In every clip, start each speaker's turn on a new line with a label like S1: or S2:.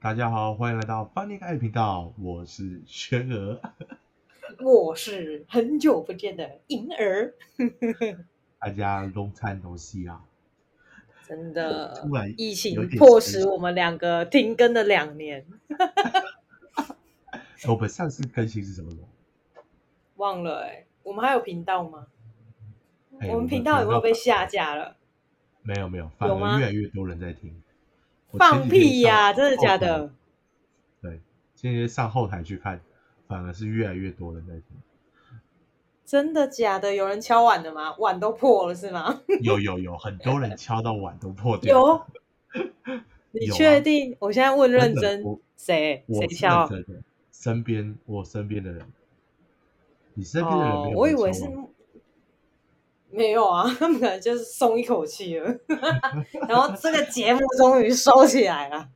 S1: 大家好，欢迎来到翻恋爱频道，我是轩儿。
S2: 我是很久不见的银儿，
S1: 大家龙餐龙戏啊，
S2: 真的
S1: 突然
S2: 疫
S1: 有
S2: 情
S1: 点
S2: 迫
S1: 神
S2: 使我们两个停更了两年，
S1: 我们上次更新是什么时候？
S2: 忘了哎、我们还有频道吗？
S1: 哎
S2: 我们频道有没有被下？架了？
S1: 没有没有，反
S2: 有
S1: 而
S2: 吗
S1: 越来越多人在听。我
S2: 放
S1: 前几天
S2: 屁呀、
S1: 上
S2: 真的假
S1: 后台
S2: 的？
S1: 对，今天上后台去看，反而是越来越多人在 听。
S2: 真的假的？有人敲碗的吗？碗都破了是吗？
S1: 有有有，很多人敲到碗都破掉了。
S2: 有，你
S1: 有啊
S2: 确定？我现在问认
S1: 真的
S2: 真
S1: 我，
S2: 谁
S1: 我
S2: 谁
S1: 是
S2: 敲？
S1: 认真的，身边我身边的人，你身边的人
S2: 哦
S1: 没，有
S2: 我以
S1: 人敲啊
S2: 为是
S1: 碗
S2: 没有啊，他们可能就是松一口 气了。然后这个节目终于收起 来了，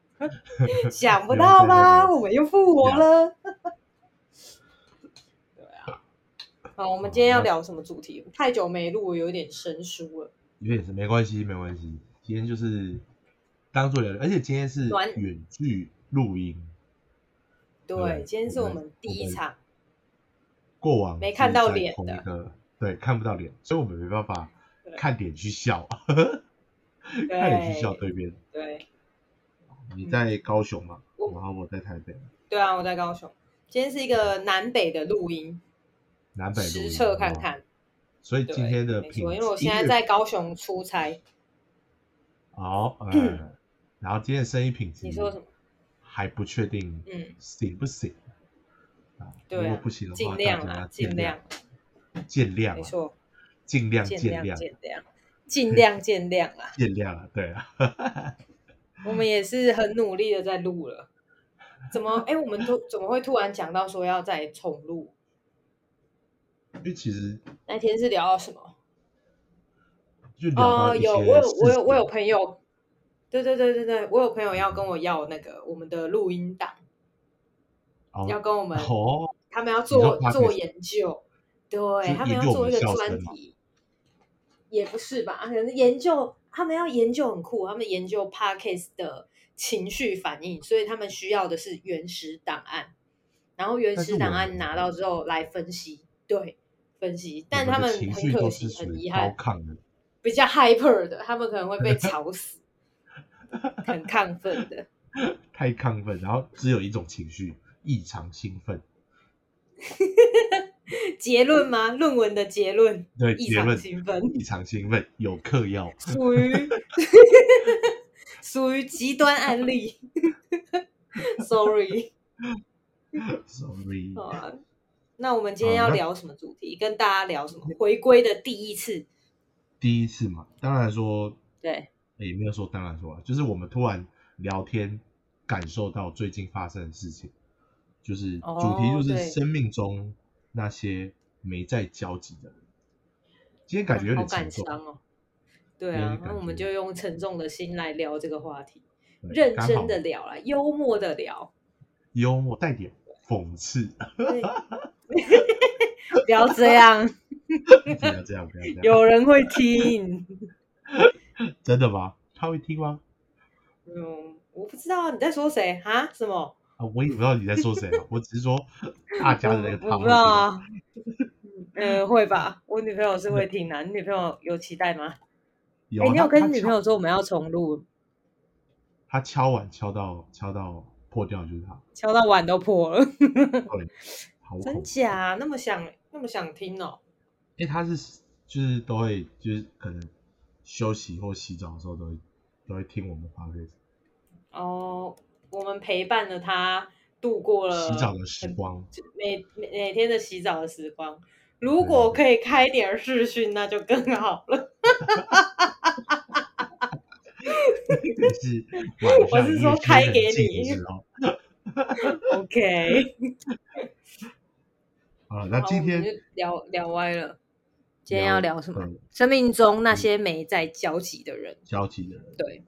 S2: 想不到吧？我们又复活了。对啊，好，我们今天要聊什么主题？太久没录，我有点生疏了。
S1: 有点是没关系，没关系。今天就是当做聊聊，而且今天是
S2: 暖
S1: 远距录音，对
S2: 对，今天是我们第一场，
S1: 过往
S2: 没
S1: 是
S2: 看到
S1: 在
S2: 脸
S1: 同
S2: 的
S1: 一个，对，看不到脸，所以我们没办法
S2: 对
S1: 看脸去笑，看脸去笑
S2: 对
S1: 对面。
S2: 对
S1: 你在高雄嘛，
S2: 我
S1: 然后我在台北，
S2: 对啊！我在高雄，今天是一个南北的录音，
S1: 南北录
S2: 实
S1: 音
S2: 测看。
S1: 好
S2: 看
S1: 不好。所以
S2: 对，
S1: 今天的
S2: 没
S1: 品
S2: 错，
S1: 质，
S2: 因为我现在
S1: 音乐
S2: 在高雄出差。
S1: 好， 呃，然后今天的声音品质，
S2: 你说什么？
S1: 还不确定
S2: 嗯，
S1: 行不行啊？
S2: 对
S1: 如果
S2: 啊
S1: 不行的话，
S2: 尽量
S1: 大家
S2: 啊，
S1: 见
S2: 尽量，
S1: 谅，见谅啊，
S2: 没错，
S1: 尽量
S2: 尽
S1: 见
S2: 量
S1: 谅，
S2: 尽量，尽量尽量啦。
S1: 见谅啊，对啊，
S2: 我们也是很努力的在录了，怎么哎，我们突怎么会突然讲到说要再重录？
S1: 因为其实
S2: 那天是聊到什么？
S1: 就聊
S2: 哦，
S1: 到一些
S2: 有我有我
S1: 事
S2: 有我有
S1: 情
S2: 朋友，对对对对对，我有朋友要跟我要那个我们的录音档，要
S1: 哦
S2: 跟我们
S1: 哦，
S2: 他们要
S1: 说
S2: 做
S1: podcast
S2: 做研究，对
S1: 就
S2: 他们
S1: 研
S2: 要
S1: 究我
S2: 做
S1: 们
S2: 一个
S1: 笑
S2: 专
S1: 声嘛
S2: 题，也不是吧？可能研究他们要研究很酷，他们研究 podcast 的情绪反应，所以他们需要的是原始档案，然后原
S1: 但是
S2: 始档
S1: 我
S2: 案
S1: 们
S2: 拿到之后来分析，对，分析，但
S1: 我
S2: 他
S1: 们
S2: 们
S1: 的情
S2: 很
S1: 绪
S2: 可
S1: 都是
S2: 惜，
S1: 属
S2: 很
S1: 于
S2: 遗
S1: 高
S2: 憾，
S1: 亢的，
S2: 比较 hyper 的，他们可能会被吵死，很亢奋的。
S1: 太亢奋，然后只有一种情绪，异常兴奋，
S2: 结论吗？论文的结论，
S1: 对，
S2: 异
S1: 结
S2: 常
S1: 论
S2: 兴奋。
S1: 异常兴奋，有嗑药，
S2: 属于属于极端案例。Sorry，
S1: sorry，
S2: 好啊。那我们今天
S1: 好
S2: 要
S1: 那
S2: 聊什么主题？跟大家聊什么？回归的第一次，
S1: 第一次嘛，当然说
S2: 对，
S1: 也没有说当然说啊，就是我们突然聊天，感受到最近发生的事情，就是主题
S2: 哦
S1: 就是
S2: 对
S1: 生命中那些没在交集的人。今天感觉有
S2: 好
S1: 点
S2: 感
S1: 沉重，
S2: 伤哦。对
S1: 有点
S2: 啊，
S1: 感
S2: 那我们
S1: 觉
S2: 就用沉重的心来聊这个话题，
S1: 对
S2: 认
S1: 刚好
S2: 真的聊啦，幽默 的聊，
S1: 幽默带点讽 刺，
S2: 对不要这样，
S1: 不要这样，不要这样，
S2: 有人会听。
S1: 真的吗？他会听吗？
S2: 嗯，我不知道你在说谁啊？什么？
S1: 啊，我也不知道你在说谁啊，我只是说大家的那个
S2: 我
S1: 他
S2: 我
S1: 会
S2: 不知道
S1: 听，
S2: 啊，呃，会吧？我女朋友是会听的、你女朋友有期待吗？
S1: 有
S2: 哎、
S1: 啊
S2: 你有
S1: 他他
S2: 跟女朋
S1: 敲
S2: 友说我们要重录，
S1: 他敲碗敲到敲到破掉就是 他，
S2: 敲到碗都破 了，
S1: 好恐
S2: 真
S1: 怖。
S2: 假？那么想那么想听哦？
S1: 因为他是就是都会就是可能休息或洗澡的时候都会都会听我们 podcast，
S2: 哦，我们陪伴了她度过了
S1: 洗澡的时光，
S2: 每每每天的洗澡的时光。如果可以开点视讯，那就更好了。
S1: 也是晚上
S2: 我是说
S1: 夜深
S2: 开
S1: 人
S2: 给
S1: 静
S2: 你
S1: 的时候。
S2: OK，
S1: 好了， 那
S2: 好
S1: 今
S2: 我
S1: 天
S2: 们就聊聊歪了。今天要聊什么
S1: 嗯？
S2: 生命中那些没在交集的人。
S1: 交集的人，
S2: 对，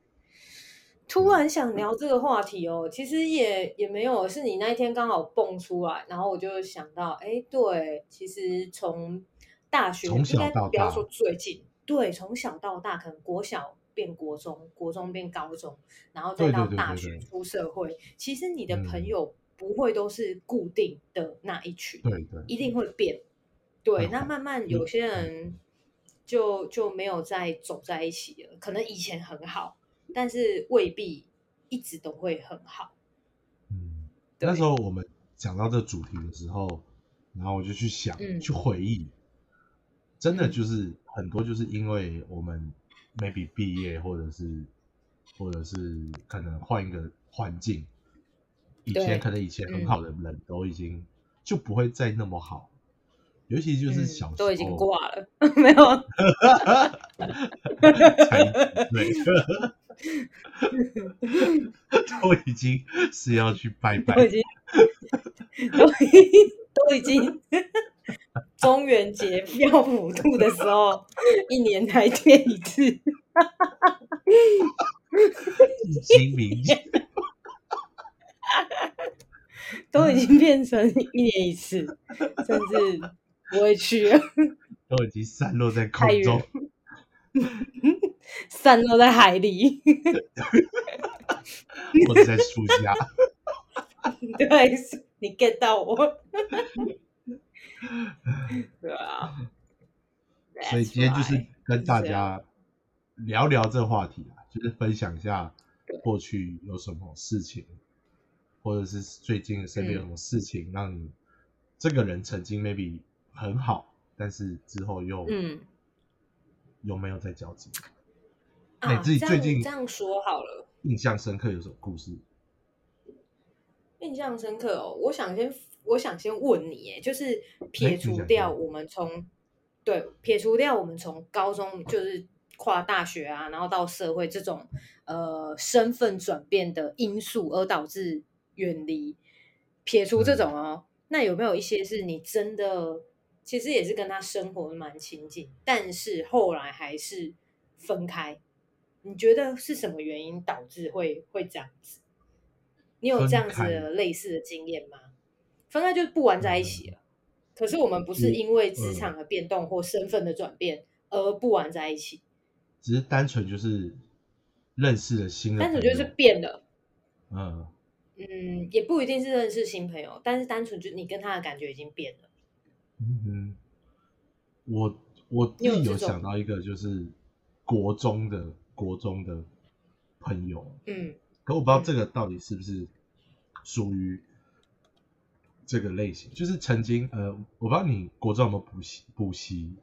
S2: 突
S1: 嗯
S2: 然想聊这个话题哦，其实也也没有，是你那一天刚好蹦出来，然后我就想到，哎，对，其实从大学
S1: 从小
S2: 应该
S1: 到
S2: 不要
S1: 大
S2: 说最近，对，从小到大，可能国小变国中，国中变高中，然后再
S1: 对
S2: 到
S1: 对对
S2: 大
S1: 对
S2: 学
S1: 对
S2: 出社会，其实你的朋
S1: 嗯
S2: 友不会都是固定的那一群，
S1: 对对，
S2: 一定会变。对，
S1: 嗯
S2: 那慢慢
S1: 嗯
S2: 有些
S1: 嗯
S2: 人就就没有再走在一起了。可能以前很好，但是未必一直都会很好。
S1: 嗯，
S2: 对
S1: 那时候我们讲到这主题的时候，然后我就去想，
S2: 嗯
S1: 去回忆，真的
S2: 嗯
S1: 就是很多就是因为我们 maybe 毕业，或者是或者是可能换一个环境，以
S2: 对
S1: 前可能以前很
S2: 嗯
S1: 好的人都已经就不会再那么好，尤其就是
S2: 嗯
S1: 小时候、
S2: 都已经挂了，没有。
S1: 才对， 都已经是要去拜拜
S2: 都已 经都已都已经中元节要普渡的时候，一年才见一次。
S1: 已经明确
S2: 都已经变成一年一次，甚至不会去了，
S1: 都已经散落在空中
S2: 太，散落在海里。
S1: 或者在树 下。
S2: 对，你 get 到我。 对啊，
S1: 所以今天就是
S2: That's right
S1: 跟大
S2: 是这样
S1: 家聊聊这话题啊，就是分享一下
S2: 对
S1: 过去有什么事情，或者是最近身边有什
S2: 嗯
S1: 么事情让你这个人曾经 maybe 很好，但是之后又
S2: 嗯
S1: 有没有再交集？那
S2: 啊，
S1: 哎你自己
S2: 这
S1: 最
S2: 样
S1: 近
S2: 这样说好了，
S1: 印象深刻有什么故事？
S2: 印象深刻哦。我想先，我想先问你，耶，就是撇
S1: 哎你
S2: 除
S1: 想
S2: 掉
S1: 先
S2: 我们从对撇除掉我们从高中就是跨大学啊，然后到社会这种呃身份转变的因素，而导致远离。撇除
S1: 嗯
S2: 这种哦，那有没有一些是你真的其实也是跟他生活蛮亲近，但是后来还是分开？你觉得是什么原因导致会会这样子？你有这样子
S1: 分开
S2: 的类似的经验吗？分开就是不玩在一起了。可是我们不是
S1: 嗯
S2: 因为职场的变动或身份的转变而不玩在一起，
S1: 只是单纯就是认识了新的朋
S2: 单
S1: 友，
S2: 纯就是变了。
S1: 嗯，
S2: 嗯，也不一定是认识新朋友，但是单纯就你跟他的感觉已经变了。
S1: 嗯哼，我我自
S2: 你有
S1: 己
S2: 这
S1: 有
S2: 种
S1: 想到一个，就是国中的国中的朋友，
S2: 嗯
S1: 可我不知道
S2: 嗯
S1: 这个到底是不是属于这个类型，就是曾经呃，我不知道你国中有没有补习补习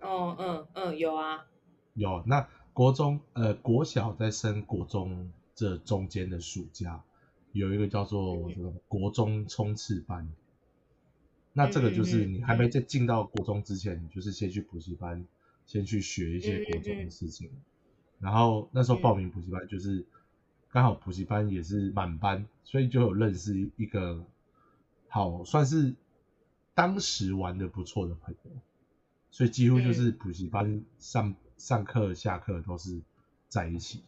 S2: 哦嗯嗯，有啊，
S1: 有，那国中呃国小在升国中这中间的暑假，有一个叫做
S2: 嗯
S1: 什么国中冲刺班。那这个就是
S2: 嗯嗯嗯
S1: 你还没在进到国中之前，你就是先去补习班，先去学一
S2: 嗯
S1: 些国中的事情。然后那时候报名补习班，就是刚好补习班也是满班，所以就有认识一个好算是当时玩的不错的朋友，所以几乎
S2: 嗯
S1: 就是补习班上上课下课都是在一起。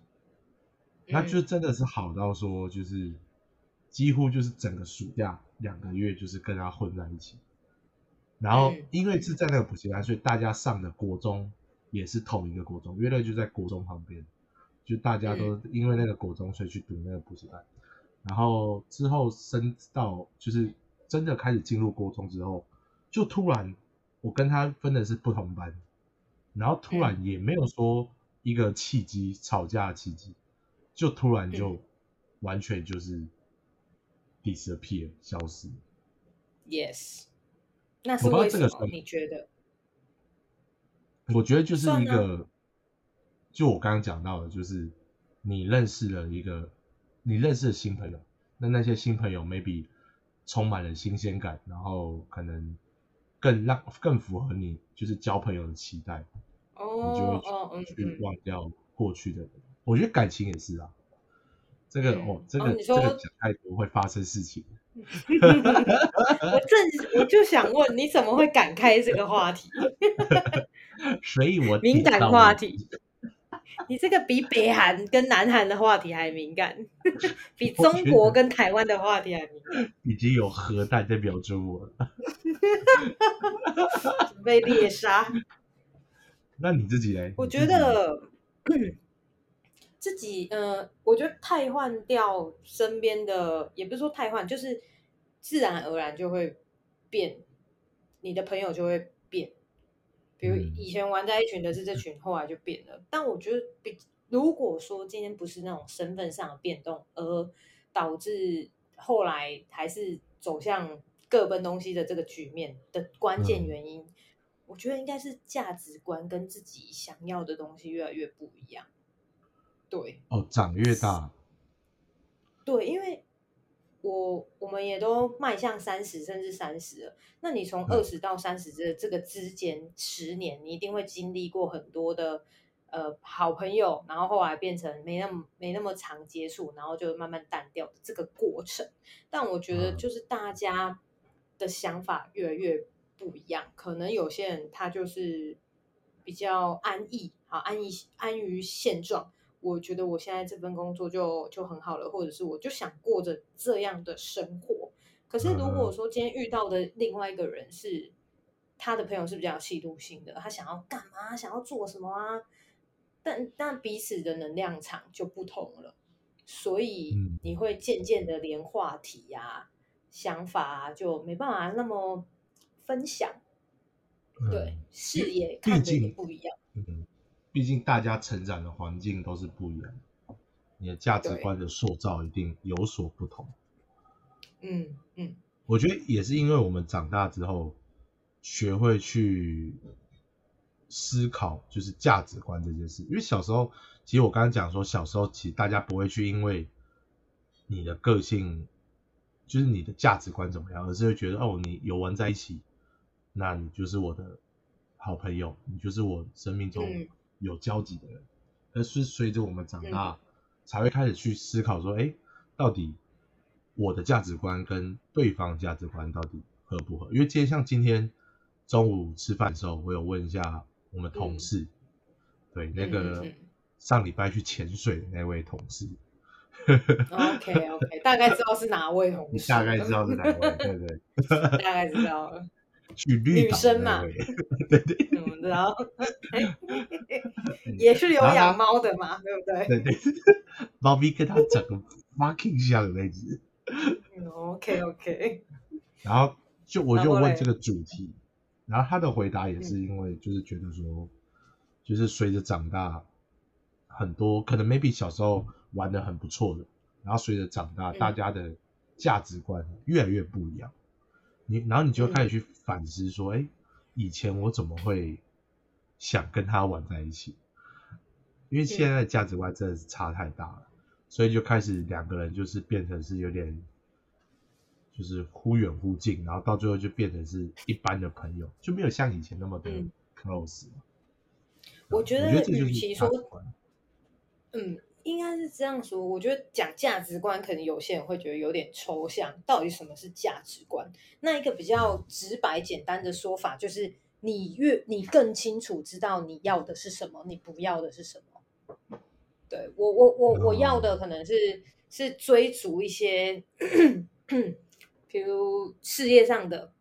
S1: 那就
S2: 嗯
S1: 真的是好到说，就是几乎就是整个暑假两个月，就是跟他混在一起。然后
S2: 嗯
S1: 因为是在那个补习班，所以大家上的国中也是同一个国中，因为那就在国中旁边，就大家都因为那个国中，所以去读那个补习班。然后之后升到就是真的开始进入国中之后，就突然我跟他分的是不同班，然后突然也没有说一个契机吵架的契机，就突然就完全就是 disappear 消失。
S2: Yes，那是
S1: 我不知道
S2: 为
S1: 这
S2: 什
S1: 个
S2: 么？
S1: 算
S2: 你觉得？
S1: 我觉得就是一
S2: 算
S1: 个，就我刚刚讲到的，就是你认识了一个你认识的新朋友，那那些新朋友 maybe 充满了新鲜感，然后可能更让更符合你就是交朋友的期待，你就
S2: 哦哦嗯
S1: 会去去
S2: 嗯，
S1: 忘掉过去的人。我觉得感情也是啊，这个
S2: 嗯
S1: 哦，这
S2: 哦
S1: 个
S2: 你
S1: 这
S2: 说
S1: 个讲太多会发生事情。
S2: 嗯 我正我就想问，你怎么会敢开这个话题？
S1: 所以我
S2: 敏感
S1: 提到了
S2: 话题，你这个比北韩跟南韩的话题还敏感，比中国跟台湾的话题还敏感，
S1: 已经有核弹在瞄准我了。
S2: 准备猎杀。
S1: 那你自己嘞？
S2: 我
S1: 你
S2: 觉
S1: 自己
S2: 得 自己呃，我觉得汰换掉身边的，也不是说汰换，就是自然而然就会变，你的朋友就会变。比如
S1: 嗯
S2: 以前玩在一群的是这群，后来就变了。但我觉得比，如果说今天不是那种身份上的变动，而导致后来还是走向各奔东西的这个局面的关键
S1: 嗯
S2: 原因，我觉得应该是价值观跟自己想要的东西越来越不一样。对，
S1: 哦，长越大，
S2: 对，因为我我们也都迈向三十甚至三十了，那你从
S1: 嗯
S2: 二十到三十这这个之间十年，你一定会经历过很多的呃好朋友，然后后来变成没那么没那么常接触，然后就慢慢淡掉的这个过程。但我觉得
S1: 嗯
S2: 就是大家的想法越来越不一样，可能有些人他就是比较安逸，好安逸安于现状。我觉得我现在这份工作就就很好了，或者是我就想过着这样的生活。可是如
S1: 嗯
S2: 果
S1: 哼
S2: 说今天遇到的另外一个人是他的朋友是比较有吸毒性的，他想要干嘛，想要做什么啊？但但彼此的能量场就不同了，所以
S1: 嗯
S2: 你会渐渐的连话题呀、想法啊，就没办法那么分享，对
S1: 嗯，
S2: 视野
S1: 毕
S2: 看的也
S1: 竟
S2: 不一样。
S1: 嗯，毕竟大家成长的环境都是不一样的，你的价值
S2: 对
S1: 观的塑造一定有所不同。
S2: 嗯嗯，
S1: 我觉得也是因为我们长大之后，学会去思考，就是价值观这件事。因为小时候，其实我刚刚讲说，小时候其实大家不会去因为你的个性，就是你的价值观怎么样，而是会觉得哦，你游玩在一起，那你就是我的好朋友，你就是我生命中
S2: 嗯
S1: 有交集的人。而是随着我们长大，才会开始去思考说，哎，到底我的价值观跟对方的价值观到底合不合？因为今天像今天中午吃饭的时候，我有问一下我们同事，对那
S2: 嗯
S1: 个
S2: 嗯
S1: 上礼拜去潜水的那位同事，
S2: OK OK，大概知道是哪位同
S1: 你
S2: 事，
S1: 大概知道是哪 位，对不对？
S2: 大概知道了，
S1: 去绿岛的那位，
S2: 嗯，然后
S1: 嗯
S2: 也是有
S1: 然后
S2: 养
S1: 他
S2: 猫的嘛，对不对？
S1: 对对， 猫咪跟他长得 fucking 像的那只。
S2: 嗯，OK OK，
S1: 然后就我
S2: 然
S1: 就
S2: 后
S1: 问
S2: 嘞嗯
S1: 这个主题，然后他的回答也是因为就是觉得说，就是随着长大，很多可能 maybe 小时候玩的很不错的，然后随着长大，
S2: 嗯
S1: 大家的价值观越来越不一样，你然后你
S2: 嗯
S1: 就开始去反思说，哎、以前我怎么会想跟他玩在一起？因为
S2: 嗯
S1: 现在的价值观真的是差太大了，所以就开始两个人就是变成是有点就是忽远忽近，然后到最后就变成是一般的朋友，就没有像以前那么的
S2: 嗯
S1: close 了。
S2: 我觉
S1: 我
S2: 得
S1: 觉得这就
S2: 与
S1: 是
S2: 其
S1: 价
S2: 说
S1: 值观。
S2: 嗯，应该是这样说。我觉得讲价值观，可能有些人会觉得有点抽象，到底什么是价值观？那一个比较直白简单的说法，就是你越你更清楚知道你要的是什么，你不要的是什么。对我，我，我，
S1: 哦
S2: 我要的可能是是追逐一些， 比如事业上的。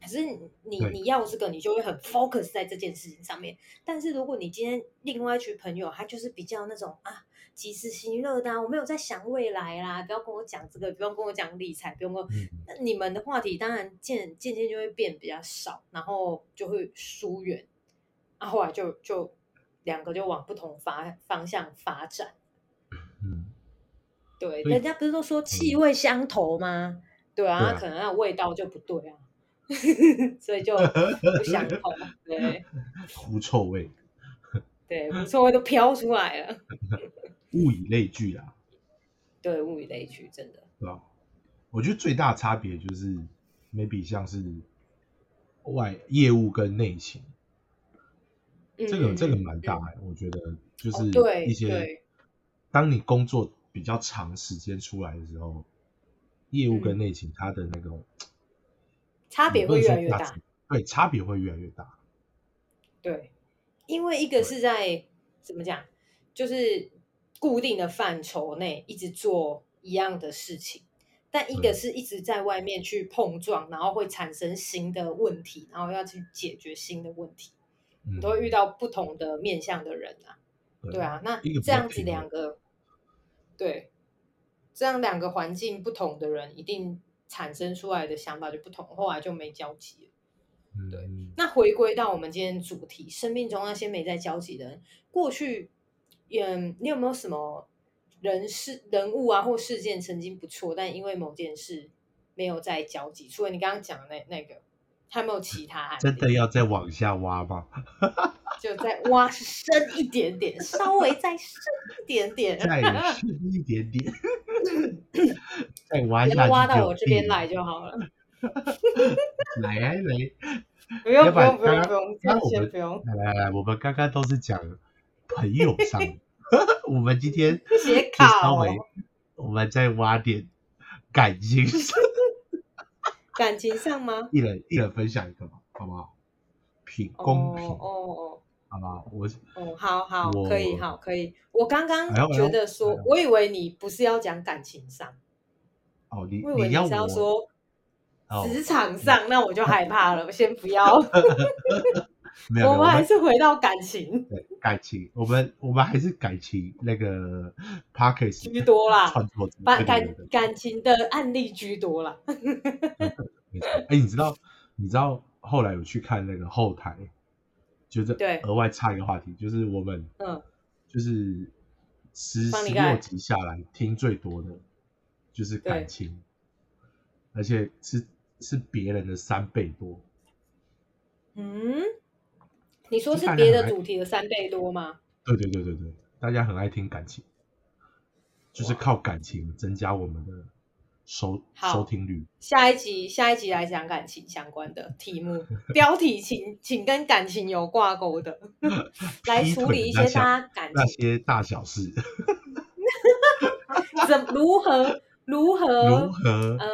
S2: 可是你
S1: 对
S2: 你要这个，你就会很 focus 在这件事情上面。但是如果你今天另外一群朋友，他就是比较那种啊及时行乐的、啊，我没有在想未来啦，不要跟我讲这个，不用跟我讲理财，不用跟我。
S1: 嗯，
S2: 那你们的话题当然渐渐渐就会变比较少，然后就会疏远，啊，后来就就两个就往不同发方向发展。
S1: 嗯，
S2: 对，
S1: 所以嗯
S2: 人家不是都说气味相投吗？对
S1: 对
S2: 啊，
S1: 啊
S2: 可能那味道就不对啊， 所以就 不相投。对
S1: 狐臭味，
S2: 对，不错，都飘出来了。
S1: 物以类聚啦，
S2: 对，物以类聚，真的。
S1: 对吧？我觉得最大差别就是 maybe 像是外业务跟内勤，
S2: 嗯
S1: 这个
S2: 嗯
S1: 这个
S2: 嗯
S1: 蛮大的，我觉得就
S2: 哦
S1: 是
S2: 对
S1: 一些
S2: 对，
S1: 当你工作比较长时间出来的时候，业务跟内勤它的那种
S2: 嗯差
S1: 差
S2: 别会越来越大。，
S1: 对，差别会越来越大，
S2: 对，因为一个是在怎么讲，就是固定的范畴内一直做一样的事情，但一
S1: 对
S2: 个是一直在外面去碰撞，然后会产生新的问题，然后要去解决新的问题，
S1: 嗯
S2: 你都会遇到不同的面向的人啊。对啊，那
S1: 一个比
S2: 这
S1: 较
S2: 样子
S1: 平
S2: 两
S1: 稳
S2: 个，对，这样两个环境不同的人，一定产生出来的想法就不同，后来就没交集了。对
S1: 嗯，
S2: 那回归到我们今天主题，生命中那些没在交集的人，过去，嗯，你有没有什么人事人物啊或事件曾经不错，但因为某件事没有在交集？除了你刚刚讲的那那个，还有没有其他案例？
S1: 真的要再往下挖吗？
S2: 就再挖深一点点，稍微再深一点 点，
S1: 再深一点 点，再挖
S2: 不
S1: 下
S2: 要
S1: 去
S2: 挖
S1: 就
S2: 到
S1: 有
S2: 我这边
S1: 地
S2: 来就好了。
S1: 来来来，
S2: 不用
S1: 要
S2: 不
S1: 不然
S2: 用
S1: 刚
S2: 不用不用，
S1: 刚
S2: 先
S1: 我
S2: 先
S1: 们
S2: 不用。
S1: 来来来，我们刚刚都是讲朋友 上的，我们今天
S2: 写
S1: 就稍
S2: 考
S1: 微，我们再挖点感 情上，
S2: 感情上吗？
S1: 一人一人分享一个吧，好不好？平
S2: 哦
S1: 公平，
S2: 哦
S1: 好不好？我
S2: 哦哦，好好
S1: 我
S2: 可以好可以。我刚刚
S1: 哎呦哎
S2: 觉
S1: 呦
S2: 得说
S1: 哎呦，
S2: 我以为你不是要讲感情上，
S1: 哦，你
S2: 我以为
S1: 要
S2: 是要
S1: 我
S2: 说
S1: 哦，
S2: 职场上，那我就害怕了。我先不要， 我
S1: 没啊有没有，我
S2: 们还
S1: 们
S2: 是回到感情
S1: 对感情，我们我们还是感情那个 p a c k a g
S2: 居
S1: e
S2: 多啦，
S1: 创作者，
S2: 把
S1: 对
S2: 感
S1: 对对
S2: 感情的案例居多啦。
S1: 没 错。哎，你知道，你知道后来有去看那个后台，就是
S2: 对
S1: 额外插一个话题，就是我们，
S2: 嗯，
S1: 就是十
S2: 帮你
S1: 十
S2: 盖
S1: 六集下来听最多的就是
S2: 对
S1: 感情，而且是是别人的三倍多，
S2: 嗯，你说
S1: 就是大家
S2: 别
S1: 很
S2: 的
S1: 爱
S2: 主题的三倍多吗？
S1: 对对对对对，大家很爱听感情，就是靠感情增加我们的收
S2: 好
S1: 收听率。
S2: 下一集，下一集来讲感情相关的题目，标题请请跟感情有挂 钩的，来
S1: 劈
S2: 处
S1: 腿
S2: 理一
S1: 那
S2: 些
S1: 小
S2: 大家感
S1: 那
S2: 情
S1: 些大小事
S2: 怎如何如何
S1: 如何
S2: 呃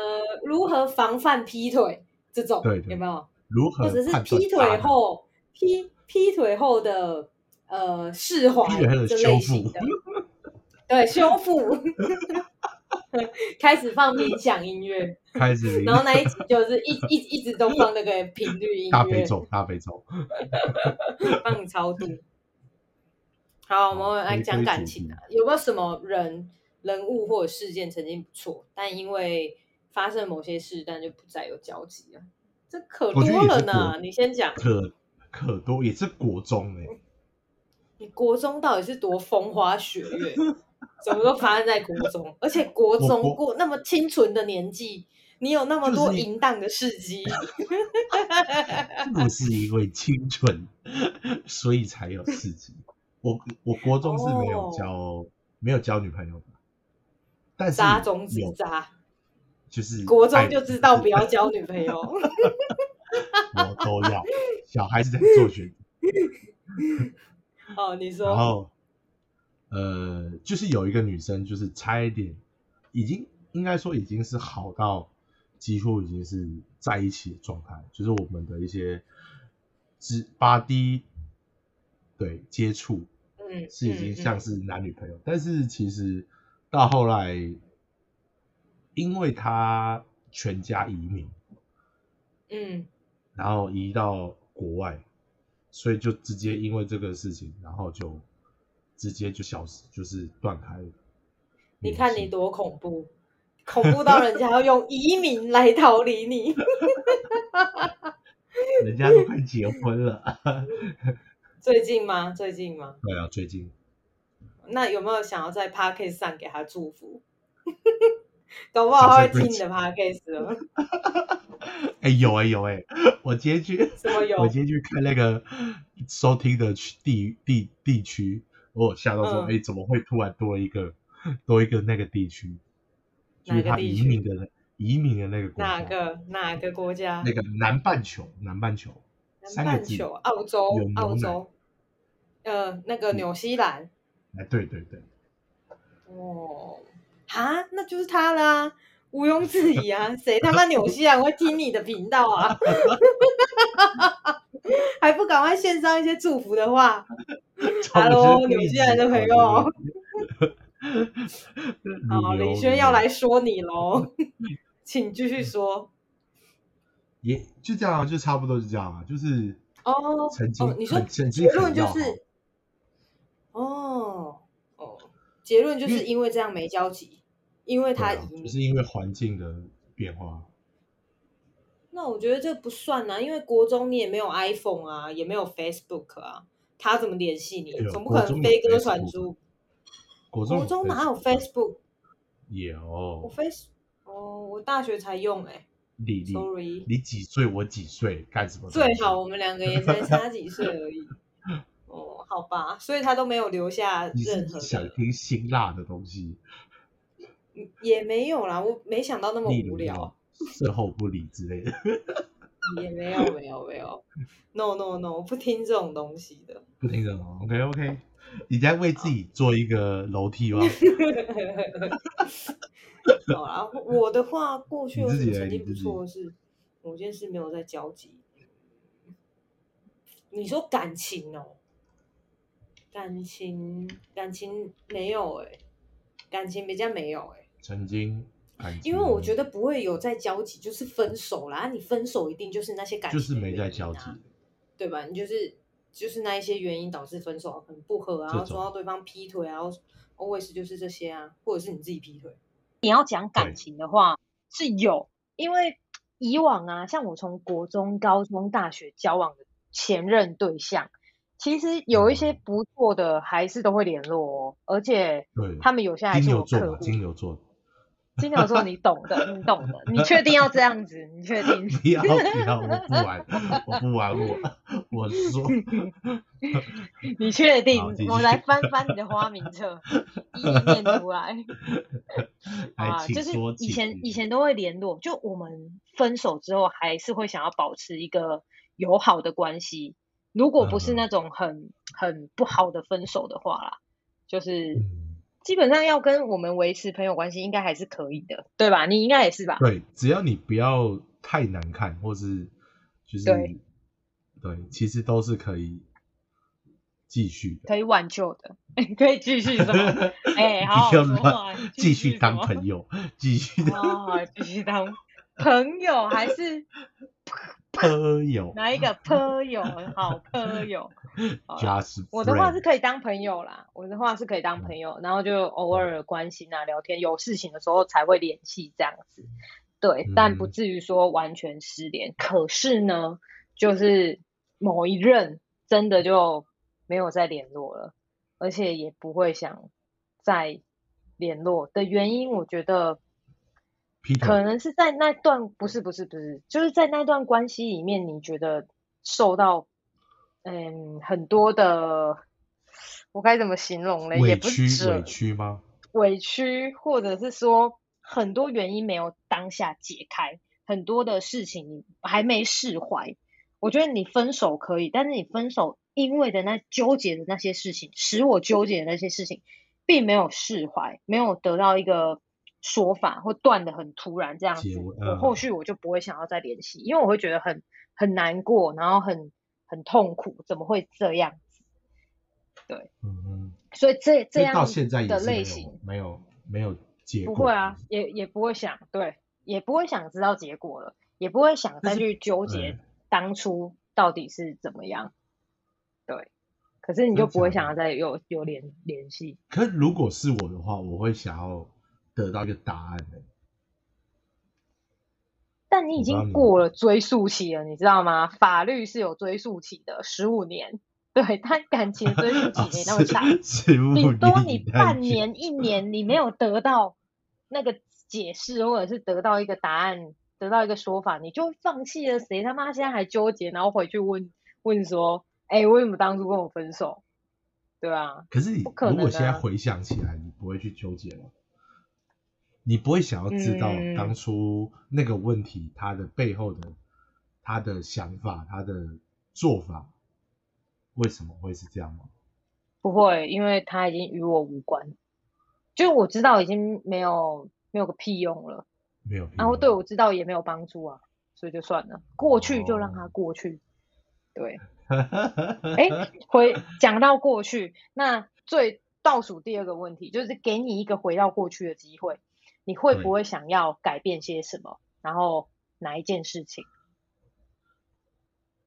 S2: 如何防范劈腿这种，
S1: 对对
S2: 有没有？
S1: 如何
S2: 或者是
S1: 判断
S2: 劈
S1: 渣
S2: 腿
S1: 男
S2: 后劈劈腿后的呃释怀
S1: 劈腿后的
S2: 这类
S1: 修
S2: 型
S1: 复
S2: 的，对修复， 开始放冥想音乐，
S1: 开始
S2: 然后那一集就是一一一直都放那个频率音乐，
S1: 大悲咒大悲咒，
S2: 帮你超度。好，我
S1: 好
S2: 们来
S1: 回
S2: 讲
S1: 归
S2: 感
S1: 主
S2: 情
S1: 题
S2: 啊，有没有什么人、人物或者事件曾经不错，但因为发生某些事，但就不再有交集啊？这可
S1: 我觉得也
S2: 多
S1: 是
S2: 了呢
S1: 国。
S2: 你先讲，
S1: 可可多也是国中哎、
S2: 你国中到底是多风花雪月， 怎么都发生在国中，而且
S1: 我
S2: 国中
S1: 国
S2: 过那么清纯的年纪，你有那么
S1: 就是
S2: 多
S1: 你
S2: 淫荡的事 迹，
S1: 不是因为清纯，所以才有刺激。我我国中是没
S2: 哦
S1: 有交、没有交女朋友的，但是
S2: 渣中之
S1: 有
S2: 渣。
S1: 就是
S2: 国 中
S1: 爱
S2: 就知道不要交女朋友，
S1: 我都要，小孩子在做选择。
S2: 哦，你
S1: 然
S2: 说，
S1: 后呃，就是有一个女生，就是差一点，已经应该说已经是好到几乎已经是在一起的状态，就是我们的一些肢八 D 对接触
S2: 嗯，
S1: 是已经
S2: 嗯嗯
S1: 像是男女朋友，但是其实到后来，因为她全家移民，
S2: 嗯，
S1: 然后移到国外，所以就直接因为这个事情，然后就直接就消失，就是断开了。
S2: 你看你多恐怖，恐怖到人家要用移民来逃离你。
S1: 人家都快结婚了。
S2: 最近吗？最近吗？
S1: 对啊，最近
S2: 那有没有想要在 podcast 上给他祝福？搞不好他会听你的 podcast 哦。
S1: 哎有哎有哎，我今天去
S2: 什么有
S1: 我今天去看那个收听的区地地地区，我有吓到说，
S2: 嗯
S1: 哎、怎么会突然多一个多一个那个地区？就
S2: 哪
S1: 是
S2: 个
S1: 他
S2: 地
S1: 移
S2: 区
S1: 民的移民的那个国家，
S2: 哪个哪个国家？
S1: 那个南半球南半球
S2: 南
S1: 三个
S2: 半
S1: 字
S2: 球、澳洲
S1: 有、牛奶
S2: 澳
S1: 嗯
S2: 洲，呃，那个纽西兰。
S1: 哎，对对对，
S2: 哦，哈，那就是他啦，毋庸置疑啊，谁他妈纽西兰会听你的频道啊？ 还不赶快献上一些祝福的话？Hello，纽西兰的朋友 好，
S1: 旅游
S2: 林轩要来说你喽，
S1: 嗯
S2: 请继续说。
S1: 也就这样啊，就差不多就这样啊，就是
S2: 哦
S1: 曾经
S2: 哦，你说
S1: 很曾经
S2: 结
S1: 很
S2: 论就
S1: 要好
S2: 是，
S3: 哦哦，结论就
S1: 因
S3: 是
S1: 为
S3: 因为这样没交集，因为他
S1: 对啊
S3: 移民
S1: 就。是因为环境的变化，
S3: 那我觉得这不算啊，因为国中你也没有 iPhone 啊，也没有 Facebook 啊，他怎么联系你
S1: 哎？呦
S3: 总不可
S1: 国中
S3: 能
S1: 有
S3: 飞鸽传
S1: Facebook
S3: 书。
S1: 国中
S3: 国中哪有 Facebook？我
S1: 有
S3: Face 哦，我大学才用哎、
S1: 李丽
S3: s o r r y
S1: 你几岁？我几岁？干什么？
S3: 最好，我们两个也才差几岁而已。哦，好吧，所以他都没有留下
S1: 你是
S3: 任何
S1: 不是想
S3: 的，嗯
S1: 听辛辣的东西？
S3: 也没有啦。我没想到那么
S1: 例如
S3: 无聊，
S1: 事后不理之类的。
S3: 也没有，没有，没有。No no no，我不听这种东西的。
S1: 不听人哦，OK OK，你在为自己做一个楼梯 吗？
S3: 好啦，啊我的话，过去有
S1: 你
S3: 什
S1: 自
S3: 么
S1: 己
S3: 成
S1: 嘞
S3: 绩
S1: 你
S3: 不
S1: 自己
S3: 错的事？我件事没有在交集。你说感情哦，感情感情没有哎、感情比较没有哎、
S1: 曾经感情，
S3: 因为我觉
S1: 得
S3: 得不会有在交集，就是分手啦。啊你分手一定就是那些感情、
S1: 就是没在
S2: 啊
S1: 交集，，
S3: 啊对吧？你就是就是那一些原因导致分手，很不合啊，然
S1: 这
S3: 后
S1: 种
S3: 说到对方劈腿啊，然后 always 就是这些啊，或者是你自己劈腿。
S2: 你要讲
S1: 对
S2: 感情的话是有，因为以往啊，像我从国中、高中、大学交往的前任对象，其实有一些
S1: 嗯
S2: 不错的，还是都会联络哦，而且
S1: 对，
S2: 他们有些还
S1: 金
S2: 是
S1: 牛
S2: 我
S1: 座
S2: 客
S1: 嘛，
S2: 户。
S1: 金牛座，
S2: 金牛座，你懂的，你懂的，你确定要这样子？你确定？
S1: 不要不要，我不玩，我不玩，我我 说
S2: 你确定
S1: 好继？
S2: 我
S1: 续
S2: 来翻翻你的花名册，一一念出来。好
S1: 来，
S2: 啊，
S1: 请
S2: 就是
S1: 说，
S2: 以
S1: 请
S2: 前
S1: 继续
S2: 以前都会联络，就我们分手之后还是会想要保持一个友好的关系。如果不是
S1: 嗯
S2: 那种很很不好的分手的话啦，就是
S1: 嗯
S2: 基本上要跟我们维持朋友关系，应该还是可以的，对吧？你应该也是吧？
S1: 对，只要你不要太难看，或是就是
S2: 对
S1: 对其实都是可以继续的，
S2: 可以挽救的， 可以继续什么？哎、 好好
S1: 不要
S2: 说话
S1: 乱，继
S2: 继续
S1: 续
S2: 什
S1: 当
S2: 么
S1: 朋友，继续当
S2: 哦，继续当朋友还是
S1: 朋 友
S2: 哪一个朋友？好 朋友，好啦
S1: ，just friend。
S2: 我的话是可以当朋友啦，我的话是可以当朋友，然后就偶尔关心啊、聊天，有事情的时候才会联系这样子。对，但不
S1: 嗯
S2: 至于说完全失联。可是呢，就是某一任真的就没有再联络了，而且也不会想再联络的原因，我觉得
S1: Peter
S2: 可能是在那段不是不是不是，就是在那段关系里面，你觉得受到嗯很多的，我该怎么形容嘞？也
S1: 委
S2: 不是
S1: 屈委
S2: 折
S1: 屈吗？
S2: 委屈，或者是说很多原因没有当下解开，很多的事情你还没释怀。我觉得你分手可以，但是你分手因为的那纠结的那些事情，使我纠结的那些事情，并没有释怀，没有得到一个说法，或断的很突然这样子
S1: 结尾，
S2: 我后
S1: 嗯
S2: 续我就不会想要再联系，因为我会觉得很很难过，然后很很痛苦，怎么会这样子？
S1: 嗯嗯，
S2: 所以这
S1: 所
S2: 这
S1: 以
S2: 样
S1: 到现在也
S2: 的
S1: 是
S2: 类
S1: 没
S2: 型
S1: 有，没有没有结
S2: 不
S1: 果，
S2: 会啊，，也也不会想，对，也不会想知道结果了，也不会想
S1: 但是
S2: 再去纠结
S1: 嗯
S2: 当初到底是怎么样，对。可是你
S1: 真
S2: 就不会
S1: 假
S2: 想要
S1: 的
S2: 再有有联联系，
S1: 可如果是我的话，我会想要得到一个答案的、
S2: 但你已
S1: 我知道
S2: 经
S1: 你
S2: 过了追溯期了，你知道吗？法律是有追溯期的，十五年。对，但感情追溯期没那么 长，
S1: 是
S2: 顶多你半，年、一年，你没有得到那个解释，或者是得到一个答案，得到一个说法，你就放弃了。谁他妈现在还纠结，然后回去问问说，哎、为什么当初跟我分手？对啊，
S1: 可是你
S2: 不可
S1: 如
S2: 能
S1: 果现在
S2: 啊
S1: 回想起来，你不会去纠结吗？你不会想要知道
S2: 嗯
S1: 当初那个问题它的背后的、他的想法、他的做法，为什么会是这样吗？
S2: 不会，因为他已经与我无关，就是我知道已经没有没有个屁用了。
S1: 没有，
S2: 然后对我知道也没有帮助啊，所以就算了，过去就让它
S1: 哦
S2: 过去。对， 哎
S1: 哎，
S2: 回讲到过去，那最倒数第二个问题就是给你一个回到过去的机会，你会
S1: 对
S2: 不会想要改变些什么？然后哪一件事情？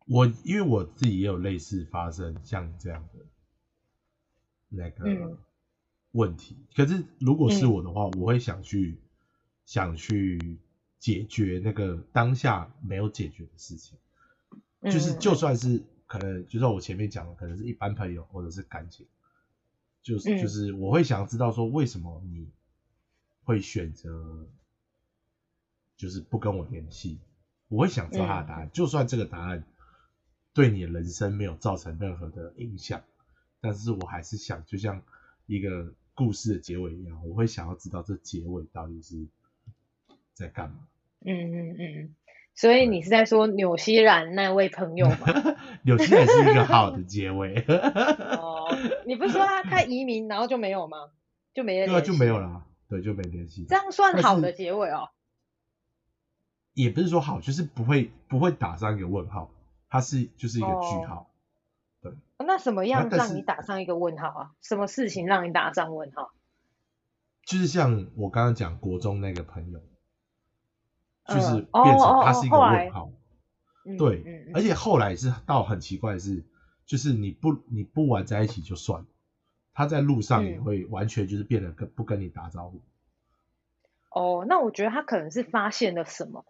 S1: 我因为我自己也有类似发生像这样的，那个
S2: 嗯
S1: 问题。可是如果是
S2: 嗯
S1: 我的话，我会想去想去解决那个当下没有解决的事情，就是
S2: 嗯
S1: 就算是可能，就像我前面讲的，可能是一般朋友或者是感情，就是
S2: 嗯
S1: 就是我会想知道说为什么你会选择就是不跟我联系，我会想知道他的答
S2: 嗯
S1: 案，就算这个答案对你的人生没有造成任何的影响，但是我还是想，就像一个故事的结尾一样，我会想要知道这结尾到底是在干 嘛。
S2: 嗯嗯嗯，所以你是在说纽西兰那位朋友 吗？
S1: 有些也是一个好的结尾，
S2: 哦，你不是说他他移民然后就没有吗？就没
S1: 对
S2: 人
S1: 啊，
S2: 联
S1: 就
S2: 系
S1: 没有啦，对，就没联系
S2: 这。样算
S1: 但
S2: 好
S1: 是
S2: 的结尾哦。
S1: 也不是说好，就是不会不会打上一个问号，它是就是一个句
S2: 哦
S1: 号。
S2: 那什么样
S1: 啊但
S2: 让
S1: 是
S2: 你打上一个问号啊？什么事情让你打上问号？
S1: 就是像我刚刚讲国中那个朋友，就
S2: 嗯
S1: 是
S2: 哦
S1: 变成
S2: 哦
S1: 他
S2: 哦
S1: 是一个
S2: 后来
S1: 问号。
S2: 嗯
S1: 对，
S2: 嗯
S1: 而
S2: 嗯，
S1: 且后来是到很奇怪的是，就是你不你不玩在一起就算了，他在路上也
S2: 嗯
S1: 会完全就是变得跟不跟你打招呼，
S2: 哦，那我觉得他可能是发现了什么，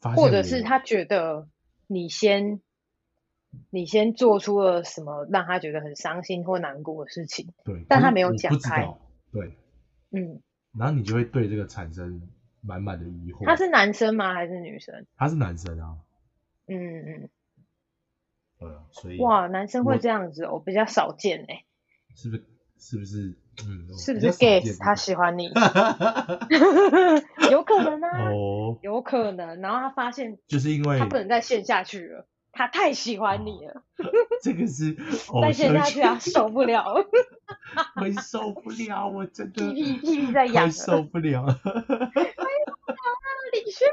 S1: 发现
S2: 或者
S1: 我
S2: 是他觉得你先你先做出了什么让他觉得很伤心或难过的事情。
S1: 对，
S2: 但
S1: 可
S2: 他
S1: 是
S2: 没有
S1: 我
S2: 讲
S1: 不知
S2: 开
S1: 道，对，
S2: 嗯，
S1: 然后你就会对这个产生满满的疑惑。
S2: 他是男生吗？还是女生？
S1: 他是男生啊，
S2: 嗯嗯
S1: 对啊，所以
S2: 嗯，哇，男生
S1: 我
S2: 会这样子哦，比较少见哎，
S1: 是不是是不是嗯，
S2: 是不
S1: 比较
S2: 是
S1: 少见
S2: gay 他喜欢你？
S1: 这个
S2: 有可能啊，
S1: 哦，
S2: 有可能。然后他发现
S1: 就是因为
S2: 他不能再陷下去了，他太喜欢你了。
S1: 这个是
S2: 再
S1: 偶
S2: 陷下
S1: 像
S2: 去
S1: 剧，
S2: 啊，受 不了了，
S1: 会受不了，我真的
S2: 毅力毅力在养
S1: 快
S2: 了。哎
S1: 受不 了了。
S2: 李轩，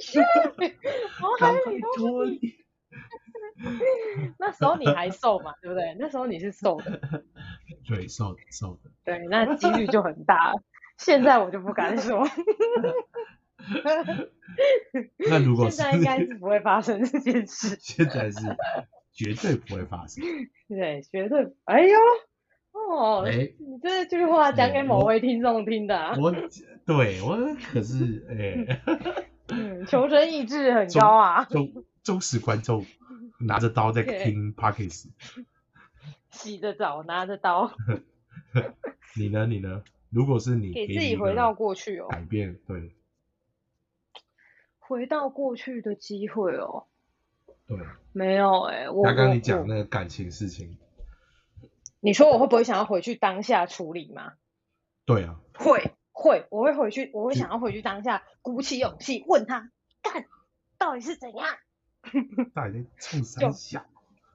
S2: 轩，脑海
S1: 赶快
S2: 里都
S1: 脱
S2: 是
S1: 离。
S2: 你。那时候你还瘦嘛，对不对？那时候你是瘦的，
S1: 对，瘦的瘦的。
S2: 对，那几率就很大了。现在我就不敢说，
S1: 那如果
S2: 现
S1: 是
S2: 在应该是不会发生这件事，
S1: 现在是绝对不会发 生。
S2: 对，绝对。哎呦，哦，
S1: 哎、
S2: 你这句话讲给
S1: 哎
S2: 某
S1: 我
S2: 位听众听的啊，
S1: 我对我可是哎，
S2: 嗯，求生意志很
S1: 中
S2: 高啊，
S1: 忠忠实观众拿着刀在听 Pockets，
S2: 洗着澡，拿着刀，
S1: 你呢？你呢？如果是你，
S2: 给
S1: 给
S2: 自
S1: 你
S2: 己
S1: 一
S2: 回
S1: 个
S2: 到过去哦。
S1: 改变，对
S2: 回到过去的机会哦，
S1: 对。
S2: 没有哎、我
S1: 刚
S2: 我
S1: 刚你讲
S2: 我
S1: 那个感情事情，
S2: 你说我会不会想要回去当下处理吗？
S1: 对啊，
S2: 会会，我会回去，我会
S1: 就
S2: 想要回去当下，鼓起勇气问他，干到底是怎样？
S1: 到底在冲三小？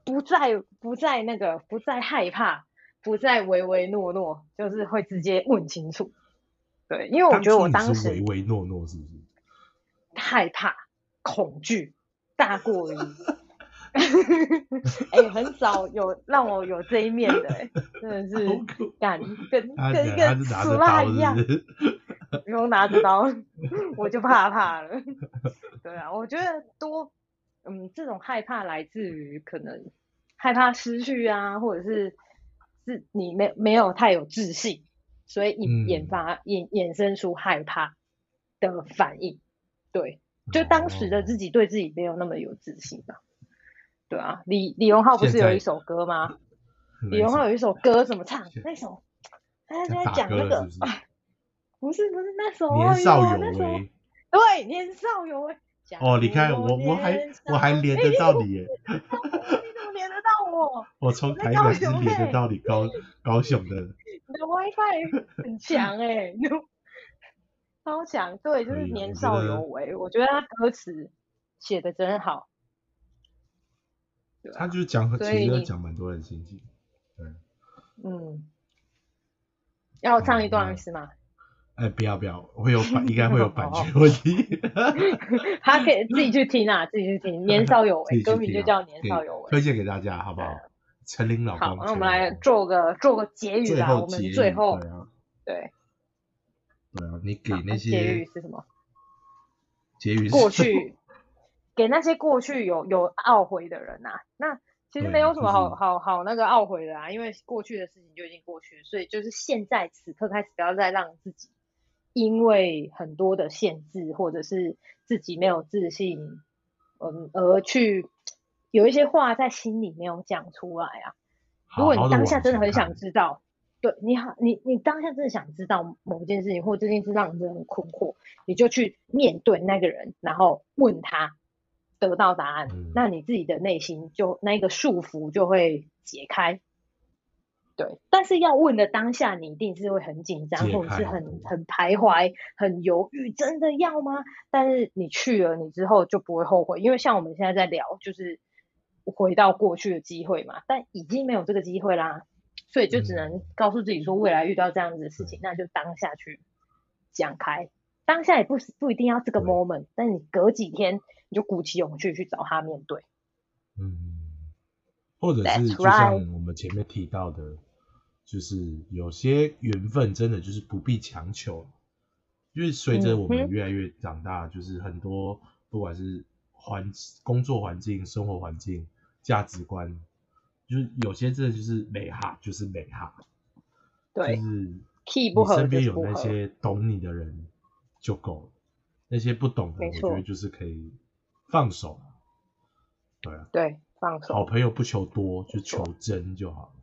S2: 不再不再那个，不再害怕，不再唯唯诺诺，就是会直接问清楚。对，因为我觉得我当
S1: 初你是唯
S2: 时
S1: 唯诺诺，是不是？
S2: 害怕、恐惧大过 于，哎、很少有让我有这一面的、欸，真的 是
S1: 好可
S2: 干跟
S1: 他
S2: 跟一
S1: 他
S2: 个
S1: 是拿
S2: 死
S1: 着
S2: 拉
S1: 刀，
S2: 一样
S1: 是。不是？
S2: 不用拿着刀， 我就怕怕了。 对啊，我觉得多，嗯，这种害怕来自于可能害怕失去啊，或者是是你没没有太有自信，所以引
S1: 嗯
S2: 引发引衍生出害怕的反应。对，就当时
S1: 哦
S2: 的自己对自己没有那么有自信吧。对啊，李李荣浩不
S1: 现
S2: 是有
S1: 在
S2: 一首歌吗？
S1: 很
S2: 李荣
S1: 难
S2: 浩
S1: 受
S2: 有一首歌怎么唱
S1: 现？
S2: 那首他
S1: 在
S2: 在
S1: 打
S2: 讲
S1: 歌
S2: 那
S1: 了
S2: 个
S1: 是不 是
S2: 啊不是不是那首
S1: 年
S2: 哎
S1: 少
S2: 呦
S1: 有
S2: 那首
S1: 为
S2: 对，年少有为。
S1: 哦，你看我我还我还连
S2: 哎
S1: 得到你耶，
S2: 到我，你怎么连得到我？
S1: 我从
S2: 在
S1: 台
S2: 高
S1: 北是
S2: 雄
S1: 连得
S2: 欸
S1: 到你 高高雄的，
S2: 你的 WiFi 很强哎、欸，你都超强。对，就
S1: 可
S2: 是
S1: 以啊我
S2: 年
S1: 觉
S2: 少
S1: 得
S2: 有为，我觉得他歌词写的真好。对
S1: 他
S2: 啊，
S1: 就是讲很
S2: 所
S1: 其
S2: 以
S1: 实就
S2: 你
S1: 讲蛮多人心情，对，
S2: 嗯，要我唱一
S1: 哦那
S2: 段是吗？
S1: 哎不要不要，会有版应该会有版权
S2: 哦
S1: 问 题，
S2: 他可以自己去听啊，自己去听。年少有
S1: 嗯自己
S2: 为，
S1: 去
S2: 歌名
S1: 听
S2: 就
S1: 啊
S2: 叫年
S1: 对
S2: 少有为。
S1: 推荐给大家好不好？陈琳老
S2: 好，
S1: 公，
S2: 那我
S1: 陈
S2: 们
S1: 琳
S2: 来
S1: 老公
S2: 做个做个结语
S1: 最
S2: 啦。
S1: 后
S2: 我
S1: 结
S2: 们
S1: 语，
S2: 最后
S1: 对啊
S2: 对
S1: 对啊，你给
S2: 好
S1: 那
S2: 结语
S1: 些
S2: 是什么？
S1: 结语是
S2: 过去给那些过去有有懊悔的人呐、那其实
S1: 对
S2: 没有什么
S1: 就
S2: 好
S1: 是
S2: 好好那个懊悔的啊，因为过去的事情就已经过去了，所以就是现在此刻开始，不要再让自己因为很多的限制或者是自己没有自信，嗯，而去有一些话在心里没有讲出来啊。
S1: 好
S2: 如果
S1: 好
S2: 你
S1: 地
S2: 当下
S1: 往
S2: 真
S1: 前
S2: 的很想
S1: 看
S2: 知道，对你好，你你当下真的想知道某件事情或这件事让你真的很困惑，你就去面对那个人，然后问他，得到答案，
S1: 嗯
S2: 那你自己的内心就那个束缚就会解开。对，但是要问的当下，你一定是会很紧张，
S1: 解
S2: 或者是
S1: 开
S2: 很很徘徊、很犹豫，真的要吗？但是你去了，你之后就不会后悔，因为像我们现在在聊，就是回到过去的机会嘛，但已经没有这个机会啦，所以就只能
S1: 嗯
S2: 告诉自己说，未来遇到这样子的事情，那就当下去讲开，当下也不是不一定要这个
S1: 对
S2: moment，但你隔几天你就鼓起勇气去找他面对。
S1: 嗯，或者
S2: That's
S1: 是就像我们前面提到的，就是有些缘分真的就是不必强求，因为随着我
S2: 嗯
S1: 们
S2: 哼
S1: 越来越长大，就是很多不管是环工作环境、生活环境、价值观，就是有些真的就是美哈，就是美哈，就
S2: 对
S1: 是
S2: ，key 不
S1: 你
S2: 合
S1: 身
S2: 就
S1: 边
S2: 是
S1: 有
S2: 不
S1: 那
S2: 合，
S1: 些懂你的人就够了，那些不懂的，
S2: 没
S1: 我觉
S2: 错
S1: 得就是可以放手。对啊，
S2: 对，放
S1: 好
S2: 手，
S1: 朋友不求多，就求真就好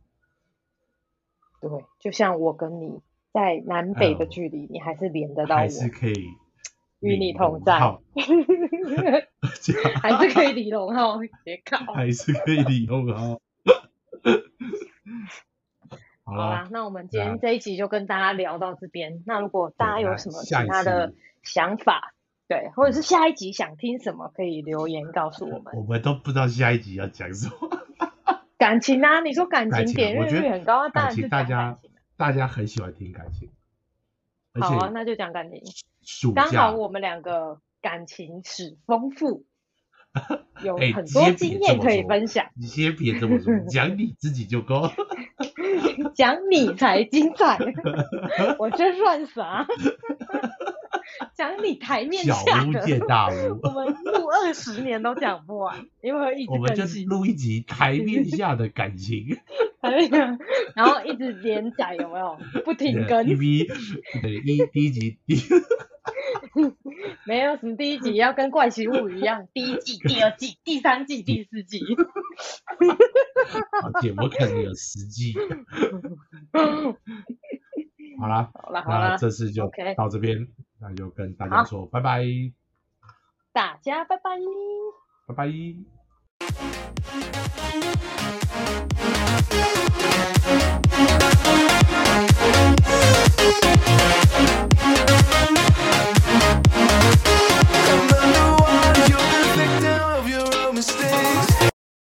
S1: 了。
S2: 对，就像我跟你在南北的
S1: 嗯
S2: 距离，你还是连得到我
S1: 还，是可以
S2: 与你
S1: 领
S2: 同
S1: 同
S2: 在
S1: 好这样
S2: 还是可以理容浩，别搞。
S1: 还是可以理同好。好
S2: 好
S1: 啦
S2: 啦，，那我们今
S1: 对啊
S2: 天这一集就跟大家聊到这边。那如果大家
S1: 对
S2: 有
S1: 那
S2: 什么其
S1: 下一
S2: 他的
S1: 次
S2: 想法，对，或者是下一集想听什么，可以留言告诉我们。
S1: 我们都不知道下一集要讲什么。
S2: 感情啊，你说感
S1: 感
S2: 情
S1: 情啊
S2: 点
S1: 我
S2: 阅
S1: 觉
S2: 率
S1: 得
S2: 很高，那当
S1: 感
S2: 然
S1: 情
S2: 是
S1: 大
S2: 讲
S1: 家
S2: 感情啊。
S1: 大家很喜欢听感情，而
S2: 好啊，
S1: 且
S2: 那就讲感情。
S1: 暑
S2: 刚
S1: 假
S2: 好我们两个感情史 丰富，有
S1: 哎
S2: 很
S1: 直
S2: 多
S1: 接别
S2: 经
S1: 这
S2: 验
S1: 么
S2: 可以
S1: 说
S2: 分享，
S1: 你先别这么 说，讲你自己就够。
S2: 讲你才精 彩。我这算啥？讲你台面
S1: 小
S2: 下
S1: 巫
S2: 的。
S1: 见大巫
S2: 我，们录二十年都讲不完，因为一直
S1: 我们就
S2: 更
S1: 是
S2: 新，
S1: 录一 集台面下的感情。
S2: 还有然后一直连载，有没有？不停更
S1: 一，B，对一第一集第
S2: 没有什么第一集要跟《怪奇物语》一样，第一季、第二季、第三季、第四季。
S1: 好啊节目可能有十集。好啦，
S2: 好了好
S1: 那
S2: 了，
S1: 这次就
S2: OK
S1: 到这边，那就跟大
S2: 好
S1: 家说拜拜，
S2: 大家拜拜。
S1: 拜拜。